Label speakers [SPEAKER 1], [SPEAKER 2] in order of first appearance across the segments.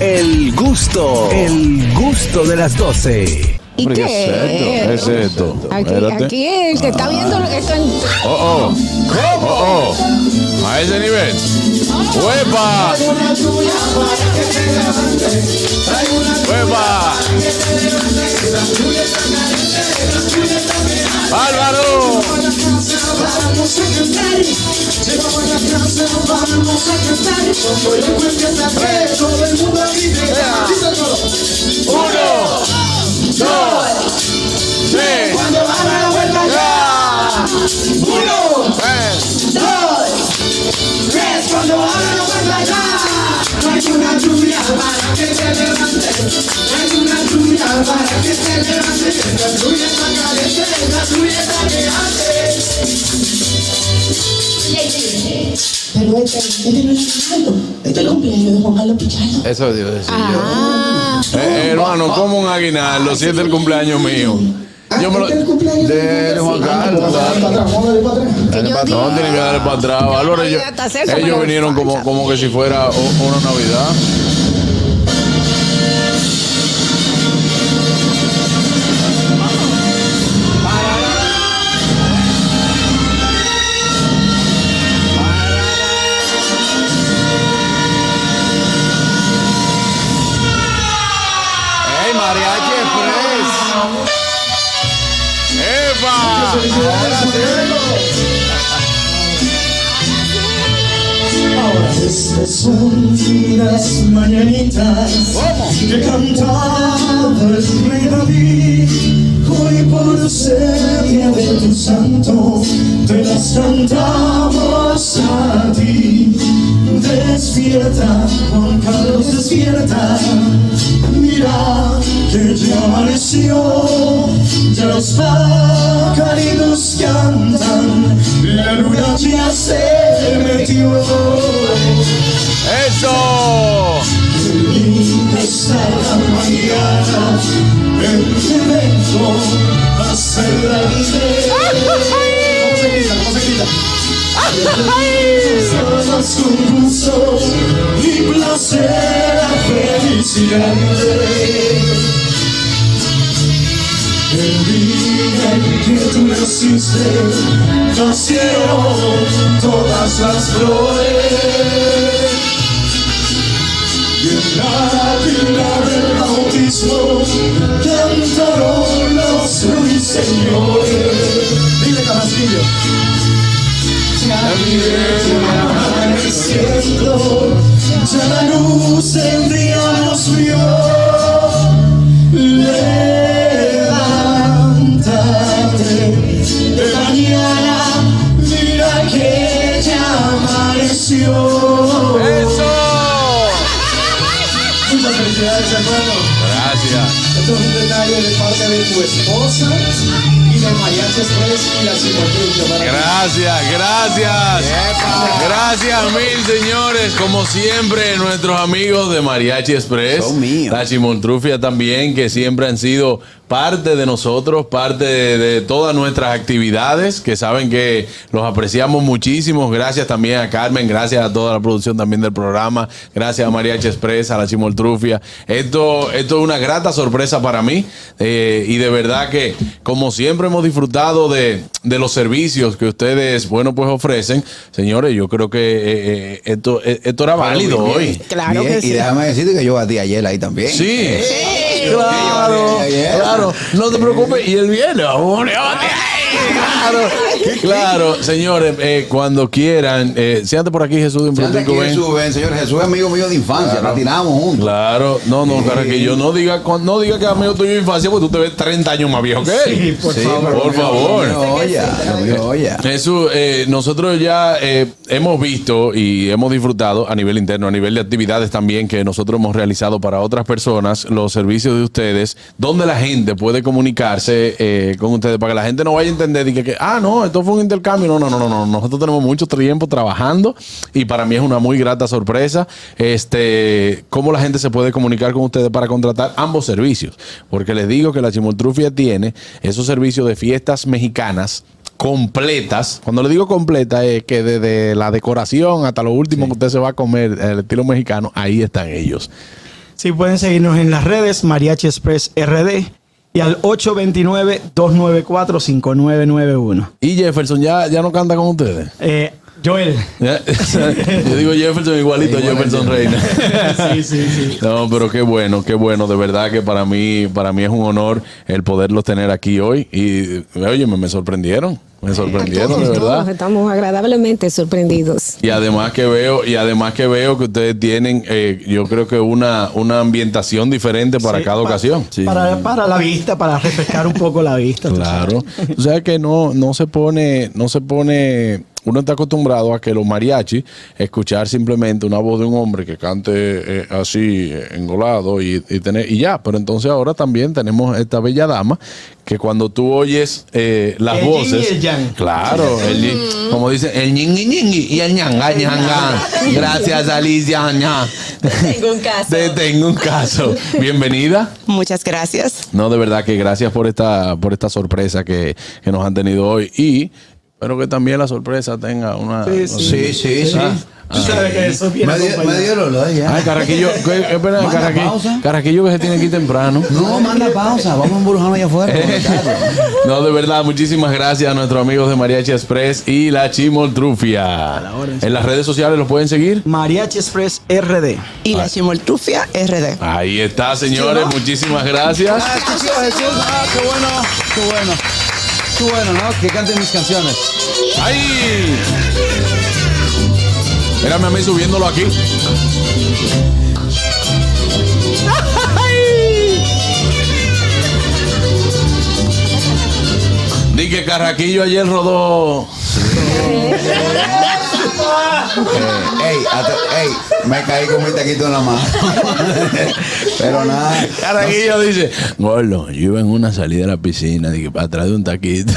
[SPEAKER 1] El gusto, el gusto de las 12.
[SPEAKER 2] ¿Y
[SPEAKER 3] Hombre, ¿Qué es esto? ¿Qué es esto?
[SPEAKER 2] Aquí,
[SPEAKER 3] Espérate.
[SPEAKER 2] aquí el que está viendo esto en-
[SPEAKER 3] Oh, oh. Oh, oh. A ese nivel. ¡Huepa! ¡Huepa! ¡Álvaro!
[SPEAKER 4] este,
[SPEAKER 3] ¡Uno! ¡Dos! ¡Tres! ¡Ya! ¡Tres!
[SPEAKER 4] Pero este, este no es Juan Carlos. Este es el cumpleaños de Juan Carlos Pichardo.
[SPEAKER 3] Eso digo decir
[SPEAKER 2] Ah,
[SPEAKER 3] yo. Eh, hermano, como un aguinaldo, si es el cumpleaños mío. Yo me lo.
[SPEAKER 4] Este es el cumpleaños
[SPEAKER 3] De Juan Carlos.
[SPEAKER 4] Dale para
[SPEAKER 3] dale.
[SPEAKER 4] atrás, Juan, dale para atrás.
[SPEAKER 3] Dale
[SPEAKER 2] yo
[SPEAKER 3] para
[SPEAKER 2] digo-
[SPEAKER 3] atrás, tienen que darle para atrás. Álvaro,
[SPEAKER 2] voy
[SPEAKER 3] ellos,
[SPEAKER 2] a hasta hacer eso,
[SPEAKER 3] ellos
[SPEAKER 2] me lo
[SPEAKER 3] vinieron como,
[SPEAKER 2] despacha.
[SPEAKER 3] como que si fuera o- una Navidad. ¡Ey, Mariachi Express! ¡Epa!
[SPEAKER 4] Estas son las mañanitas que cantaba el rey David. Hoy por ser día de tu santo, te las cantamos a ti. Despierta, Juan Carlos, despierta. Mira que ya amaneció, ya los pajaritos cantan, la luna ya se metió.
[SPEAKER 3] ¡Eso!
[SPEAKER 4] Esta la mañana, el evento va a ser la
[SPEAKER 2] Ah!
[SPEAKER 4] Todas con gusto y placer a felicidad. El día en que tú naciste, nacieron todas las flores. Y en la pila del bautismo cantaron los ruiseñores. Dile Carrasquillo. Ya viene amaneciendo, ya la luz del día nos vio. Levántate de mañana, mira que ya amaneció.
[SPEAKER 3] ¡Eso!
[SPEAKER 4] Muchas felicidades, hermano.
[SPEAKER 3] Gracias.
[SPEAKER 4] Esto es un detalle de parte de tu esposa y de Mariachi Express y la psicotrufia para ti.
[SPEAKER 3] Gracias, gracias. Gracias mil, señores. Como siempre, nuestros amigos de Mariachi Express.
[SPEAKER 1] Son míos.
[SPEAKER 3] La Chimontrufia también, que siempre han sido parte de nosotros, parte de, de todas nuestras actividades, que saben que los apreciamos muchísimo. Gracias también a Carmen, gracias a toda la producción también del programa, gracias a Mariachi Express, a la Chimoltrufia. Esto, esto es una grata sorpresa para mí eh, y de verdad que como siempre hemos disfrutado de, de los servicios que ustedes, bueno, pues ofrecen. Señores, yo creo que eh, eh, esto, eh, esto era válido hoy.
[SPEAKER 2] claro
[SPEAKER 1] Bien,
[SPEAKER 2] que
[SPEAKER 1] Y
[SPEAKER 2] sí.
[SPEAKER 1] déjame decirte que yo batí ayer ahí también.
[SPEAKER 3] Sí.
[SPEAKER 1] yo
[SPEAKER 3] Claro,
[SPEAKER 1] batí ayer.
[SPEAKER 3] claro. No te preocupes. Y él viene. vamos, yo batí. Claro, claro, señores, eh, cuando quieran, eh, siéntate por aquí, Jesús, de un
[SPEAKER 1] Anda aquí,
[SPEAKER 3] platico, ven.
[SPEAKER 1] Jesús, ven, señor Jesús es amigo mío de infancia, patinamos juntos.
[SPEAKER 3] Claro, no, no, cara, que yo no diga, cuan- no diga que amigo tuyo de infancia, porque tú te ves 30 años más viejo que él.
[SPEAKER 1] Sí,
[SPEAKER 3] favor.
[SPEAKER 1] pero
[SPEAKER 3] Por
[SPEAKER 1] no me
[SPEAKER 3] favor.
[SPEAKER 1] oye, no me oye.
[SPEAKER 3] Eso, eh, nosotros ya eh, hemos visto y hemos disfrutado a nivel interno, a nivel de actividades también que nosotros hemos realizado para otras personas, los servicios de ustedes, donde la gente puede comunicarse eh, con ustedes para que la gente no vaya a entender y que, que, ah, no, esto fue un intercambio. No, no, no, no, no. Nosotros tenemos mucho tiempo trabajando y para mí es una muy grata sorpresa este cómo la gente se puede comunicar con ustedes para contratar ambos servicios. Porque les digo que la Chimoltrufia tiene esos servicios de fiestas mexicanas completas. Cuando le digo completa es que desde la decoración hasta lo último que usted se va a comer, el estilo mexicano, ahí están ellos.
[SPEAKER 5] Sí, pueden seguirnos en las redes Mariachi Express RD y al 829-294-5991.
[SPEAKER 3] Y Jefferson ya, ya no canta con ustedes.
[SPEAKER 5] Eh, Joel.
[SPEAKER 3] Ya. Yo digo Jefferson igualito a Jefferson Reina.
[SPEAKER 5] Sí, sí, sí.
[SPEAKER 3] No, pero qué bueno, qué bueno. De verdad que para mí, para mí es un honor el poderlos tener aquí hoy. Y oye, me, me sorprendieron. Me sorprendieron, de
[SPEAKER 2] Todos, todos
[SPEAKER 3] verdad.
[SPEAKER 2] estamos agradablemente sorprendidos.
[SPEAKER 3] Y además que veo, y además que veo que ustedes tienen, eh, yo creo que una, una ambientación diferente para
[SPEAKER 5] Sí,
[SPEAKER 3] cada
[SPEAKER 5] pa-
[SPEAKER 3] ocasión.
[SPEAKER 5] Para, para la vista, para refrescar un poco la vista. tú
[SPEAKER 3] Claro. O sea que no, no se pone, no se pone. Uno está acostumbrado a que los mariachi escuchar simplemente una voz de un hombre que cante eh, así eh, engolado y, y tener y ya. Pero entonces ahora también tenemos esta bella dama que cuando tú oyes eh, las
[SPEAKER 5] El yin y
[SPEAKER 3] voces,
[SPEAKER 5] el yang.
[SPEAKER 3] claro, el yin- como dicen el yin y yin y el yang, ah, yang, ah. Gracias Alicia. ña.
[SPEAKER 6] Tengo un caso.
[SPEAKER 3] Te tengo un caso. Bienvenida.
[SPEAKER 6] Muchas gracias.
[SPEAKER 3] No, de verdad que gracias por esta, por esta sorpresa que, que nos han tenido hoy. Y espero que también la sorpresa tenga una.
[SPEAKER 5] Sí,
[SPEAKER 3] no
[SPEAKER 5] sí.
[SPEAKER 3] sé.
[SPEAKER 7] sí, sí.
[SPEAKER 5] sabes que eso viene
[SPEAKER 7] Me dio, me
[SPEAKER 5] acompañado.
[SPEAKER 7] dio el olor ya.
[SPEAKER 3] Ay, Carraquillo, qué, qué pena,
[SPEAKER 7] Manda
[SPEAKER 3] Carraqui-
[SPEAKER 7] pausa.
[SPEAKER 3] Carraquillo que se tiene que ir temprano.
[SPEAKER 7] No, manda pausa. Vamos a emburjarnos allá afuera. porque tarde.
[SPEAKER 3] No, de verdad, muchísimas gracias a nuestros amigos de Mariachi Express y la Chimoltrufia. en las redes sociales los pueden seguir.
[SPEAKER 5] Mariachi Express RD.
[SPEAKER 6] Y la chimoltrufia RD.
[SPEAKER 3] Ahí está, señores, muchísimas gracias.
[SPEAKER 7] Ah, escuchó Jesús. Ah, qué bueno. Qué bueno. Qué bueno, ¿no? Que canten mis canciones.
[SPEAKER 3] ¡Ay! Mírame a mí subiéndolo aquí. Di que Carraquillo ayer rodó.
[SPEAKER 7] Eh, Ey, ate- ey, me caí con mi taquito en la mano. Pero nada.
[SPEAKER 3] Carraquillo dice, Gordo, yo iba en una salida a la piscina, dije, para atrás de un taquito.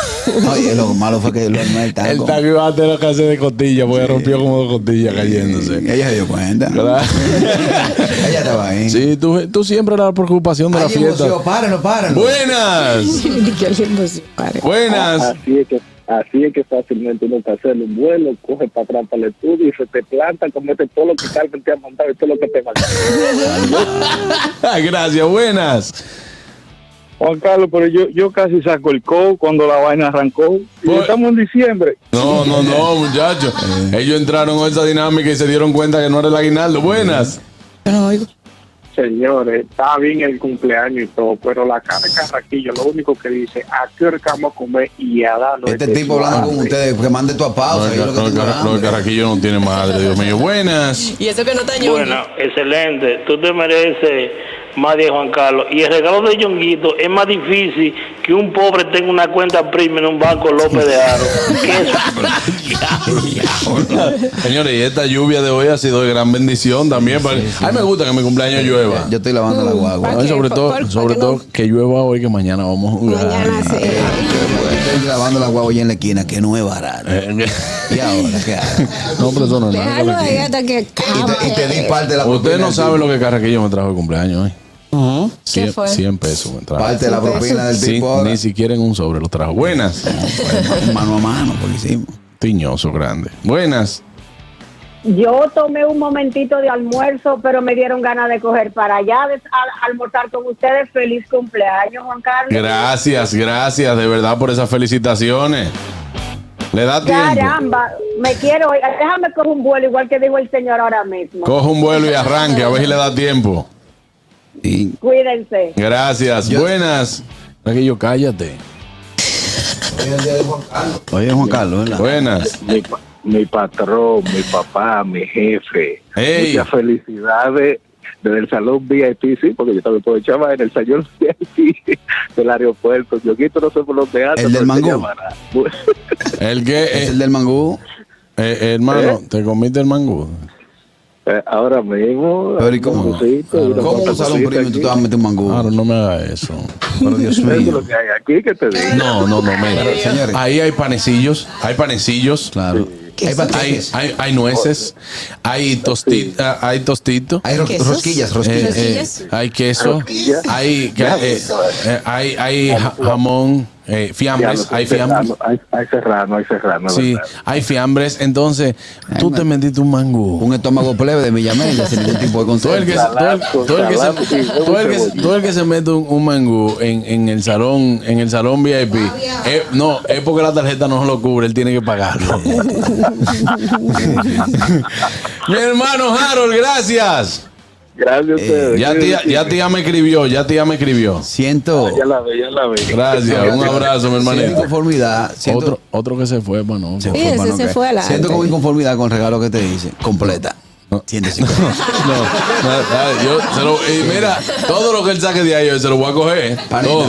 [SPEAKER 7] Oye, lo malo fue que lo armé el
[SPEAKER 3] El
[SPEAKER 7] taco.
[SPEAKER 3] taco iba a tener que hacer de costilla, porque rompió como dos costillas cayéndose.
[SPEAKER 7] Ella se dio cuenta.
[SPEAKER 3] ¿Verdad?
[SPEAKER 7] Ella estaba ahí.
[SPEAKER 3] Sí, tú, tú siempre eras la preocupación de la
[SPEAKER 7] Ay,
[SPEAKER 3] fiesta.
[SPEAKER 7] emoción, párenlo, párenlo.
[SPEAKER 3] Buenas.
[SPEAKER 2] Ni que oliendo su padre.
[SPEAKER 3] Buenas.
[SPEAKER 8] Así es que así es que fácilmente uno puede hacer un vuelo, coge para atrás para el estudio y se te planta, comete todo lo que Carmen te ha mandado y todo lo que te mandó.
[SPEAKER 3] Gracias, buenas.
[SPEAKER 8] Juan Carlos, pero yo, yo casi saco el co cuando la vaina arrancó. Y
[SPEAKER 3] Pues-
[SPEAKER 8] estamos en diciembre.
[SPEAKER 3] No, no, no, muchachos.
[SPEAKER 7] Eh.
[SPEAKER 3] Ellos entraron en esa dinámica y se dieron cuenta que no era el aguinaldo. Buenas.
[SPEAKER 8] Señores, está bien el cumpleaños y todo, pero la cara de Carraquillo lo único que dice, ¿a qué hora que vamos a comer y a darnos?
[SPEAKER 7] Este tipo hablando con ustedes, que mande tu a pausa. Ah, yo lo que tengo hambre.
[SPEAKER 3] carraquillo no tiene madre, Dios mío. Buenas.
[SPEAKER 6] Y eso que no está
[SPEAKER 9] Bueno, excelente. Tú te mereces más de Juan Carlos. Y el regalo de Yonguito es más difícil que un pobre tenga una cuenta prima en un banco López de Aro. Que eso-
[SPEAKER 3] Señores, y esta lluvia de hoy ha sido de gran bendición también. para- A mí me gusta que mi cumpleaños llueva.
[SPEAKER 7] Yo estoy lavando la guagua.
[SPEAKER 3] No, y
[SPEAKER 2] Por-
[SPEAKER 3] sobre
[SPEAKER 2] por-
[SPEAKER 3] todo,
[SPEAKER 2] por
[SPEAKER 3] sobre
[SPEAKER 2] qué
[SPEAKER 3] todo
[SPEAKER 2] no.
[SPEAKER 3] que llueva hoy, que mañana vamos a jugar.
[SPEAKER 2] Mañana se.
[SPEAKER 7] Estoy lavando la guagua allá en la esquina, que no es barato.
[SPEAKER 3] Eh,
[SPEAKER 7] ¿Y ahora qué hago?
[SPEAKER 3] No, pero eso no es nada.
[SPEAKER 2] Déjalo ahí hasta que
[SPEAKER 7] Y te, y te di
[SPEAKER 2] acabe.
[SPEAKER 7] parte de la propina.
[SPEAKER 3] Usted no
[SPEAKER 7] del
[SPEAKER 3] sabe
[SPEAKER 7] tipo.
[SPEAKER 3] lo que Carraquillo me trajo de cumpleaños hoy. Cien-
[SPEAKER 2] fue?
[SPEAKER 3] 100 pesos me trajo.
[SPEAKER 7] Parte de la propina del
[SPEAKER 3] Sí,
[SPEAKER 7] tipo. ahora.
[SPEAKER 3] ni siquiera en un sobre lo trajo. Buenas.
[SPEAKER 7] Mano a mano, porque hicimos.
[SPEAKER 3] Tiñoso grande. Buenas.
[SPEAKER 10] Yo tomé un momentito de almuerzo, pero me dieron ganas de coger para allá, de a- almorzar con ustedes. Feliz cumpleaños, Juan Carlos.
[SPEAKER 3] Gracias, gracias de verdad por esas felicitaciones. Le da tiempo.
[SPEAKER 10] Caramba, me quiero. oiga, Déjame coger un vuelo, igual que dijo el señor ahora mismo.
[SPEAKER 3] Coja un vuelo y arranque, a ver si le da tiempo.
[SPEAKER 7] Y
[SPEAKER 10] Cuídense.
[SPEAKER 3] Gracias.
[SPEAKER 7] Yo-
[SPEAKER 3] Buenas. Carraquillo, cállate.
[SPEAKER 7] Oye, Juan Carlos, ¿verdad?
[SPEAKER 3] Pues, Buenas.
[SPEAKER 8] Mi, pa- mi patrón, mi papá, mi jefe.
[SPEAKER 3] Ey.
[SPEAKER 8] Muchas felicidades desde el salón VIP, sí, porque yo también puedo echar vaina, en el salón VIP del aeropuerto. Yo quito no sé por dónde anda.
[SPEAKER 7] ¿El del
[SPEAKER 8] pero
[SPEAKER 7] mangú?
[SPEAKER 8] se llamará.
[SPEAKER 3] El que.
[SPEAKER 7] Es
[SPEAKER 3] eh,
[SPEAKER 7] el del mangú.
[SPEAKER 8] Pues,
[SPEAKER 3] eh, hermano, te comiste el mangú.
[SPEAKER 8] Eh, Ahora mismo.
[SPEAKER 7] Pero ¿y cómo?
[SPEAKER 8] mangucito, una
[SPEAKER 7] ¿Cómo
[SPEAKER 8] cosa
[SPEAKER 7] usar un
[SPEAKER 8] cosita
[SPEAKER 7] primo y tú
[SPEAKER 8] aquí.
[SPEAKER 7] te vas a meter un mangú?
[SPEAKER 3] Claro, no me haga eso.
[SPEAKER 7] Pero Dios
[SPEAKER 8] Eso es
[SPEAKER 7] mío.
[SPEAKER 8] lo que hay aquí, que te digo.
[SPEAKER 3] No, no, no, mira.
[SPEAKER 7] Señores.
[SPEAKER 3] Ahí hay panecillos, hay panecillos.
[SPEAKER 7] Claro. Hay
[SPEAKER 3] Hay,
[SPEAKER 7] pasteles.
[SPEAKER 3] hay, hay nueces, hay tostita, hay tostito.
[SPEAKER 7] Hay ro-
[SPEAKER 6] ¿Quesos?
[SPEAKER 7] rosquillas,
[SPEAKER 3] Eh,
[SPEAKER 7] rosquillas.
[SPEAKER 3] eh, hay queso,
[SPEAKER 8] Rosquillas.
[SPEAKER 3] hay, ca- eh, eh, hay, hay ja- jamón, eh, fiambres, hay fiambres.
[SPEAKER 8] serrano, Hay, hay serrano, hay serrano.
[SPEAKER 3] Sí,
[SPEAKER 8] ¿verdad?
[SPEAKER 3] hay fiambres. Entonces, tú te metiste un mango.
[SPEAKER 7] Un estómago plebe de Villamella, sin ningún tipo de
[SPEAKER 3] Todo el que se,
[SPEAKER 7] control.
[SPEAKER 3] todo el- todo el que se- todo el que- todo el que se mete un, un mangú en, en el salón en el salón VIP, eh, no, es porque la tarjeta no lo cubre, él tiene que pagarlo. Mi hermano Harold, gracias. Eh,
[SPEAKER 8] Gracias a ustedes.
[SPEAKER 3] Ya tía, ya tía me escribió, ya tía me escribió.
[SPEAKER 7] Siento.
[SPEAKER 8] Ya la ve, ya la ve.
[SPEAKER 3] Gracias, un abrazo, mi
[SPEAKER 7] Siento
[SPEAKER 3] hermanito.
[SPEAKER 7] inconformidad. Siento,
[SPEAKER 3] Otro, otro que se fue, bueno.
[SPEAKER 2] Sí,
[SPEAKER 7] Se fue,
[SPEAKER 2] ese
[SPEAKER 7] pues, mano,
[SPEAKER 2] se
[SPEAKER 7] ok.
[SPEAKER 2] fue adelante.
[SPEAKER 7] Siento como inconformidad con el regalo que te hice. Completa. Siéntese.
[SPEAKER 3] No, na- na- yo se lo- y mira, todo lo que él saque de ahí, yo se lo voy a coger. eh.
[SPEAKER 7] Panita.
[SPEAKER 3] Todo.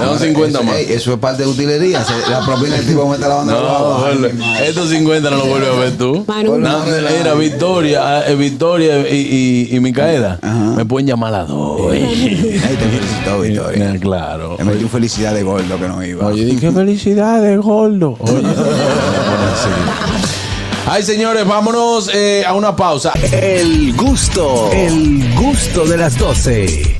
[SPEAKER 3] Le dan 50
[SPEAKER 7] Eso-
[SPEAKER 3] más.
[SPEAKER 7] ey, eso es parte de utilería. se- La propina del tipo mete la banda
[SPEAKER 3] No,
[SPEAKER 7] abajo.
[SPEAKER 3] vuelve. estos 50 no los vuelves a ver tú.
[SPEAKER 2] Manu.
[SPEAKER 3] No, Mira, Victoria, eh, Victoria y, y, y Micaela,
[SPEAKER 7] Ajá.
[SPEAKER 3] me pueden llamar a las dos.
[SPEAKER 7] Ahí te felicito, Victoria.
[SPEAKER 3] Eh, Claro.
[SPEAKER 7] Me metió felicidad de gordo que no iba.
[SPEAKER 3] Oye, di, qué felicidades, gordo. Oye. Sí. Ay, señores, vámonos eh, a una pausa.
[SPEAKER 1] El gusto, el gusto de las 12.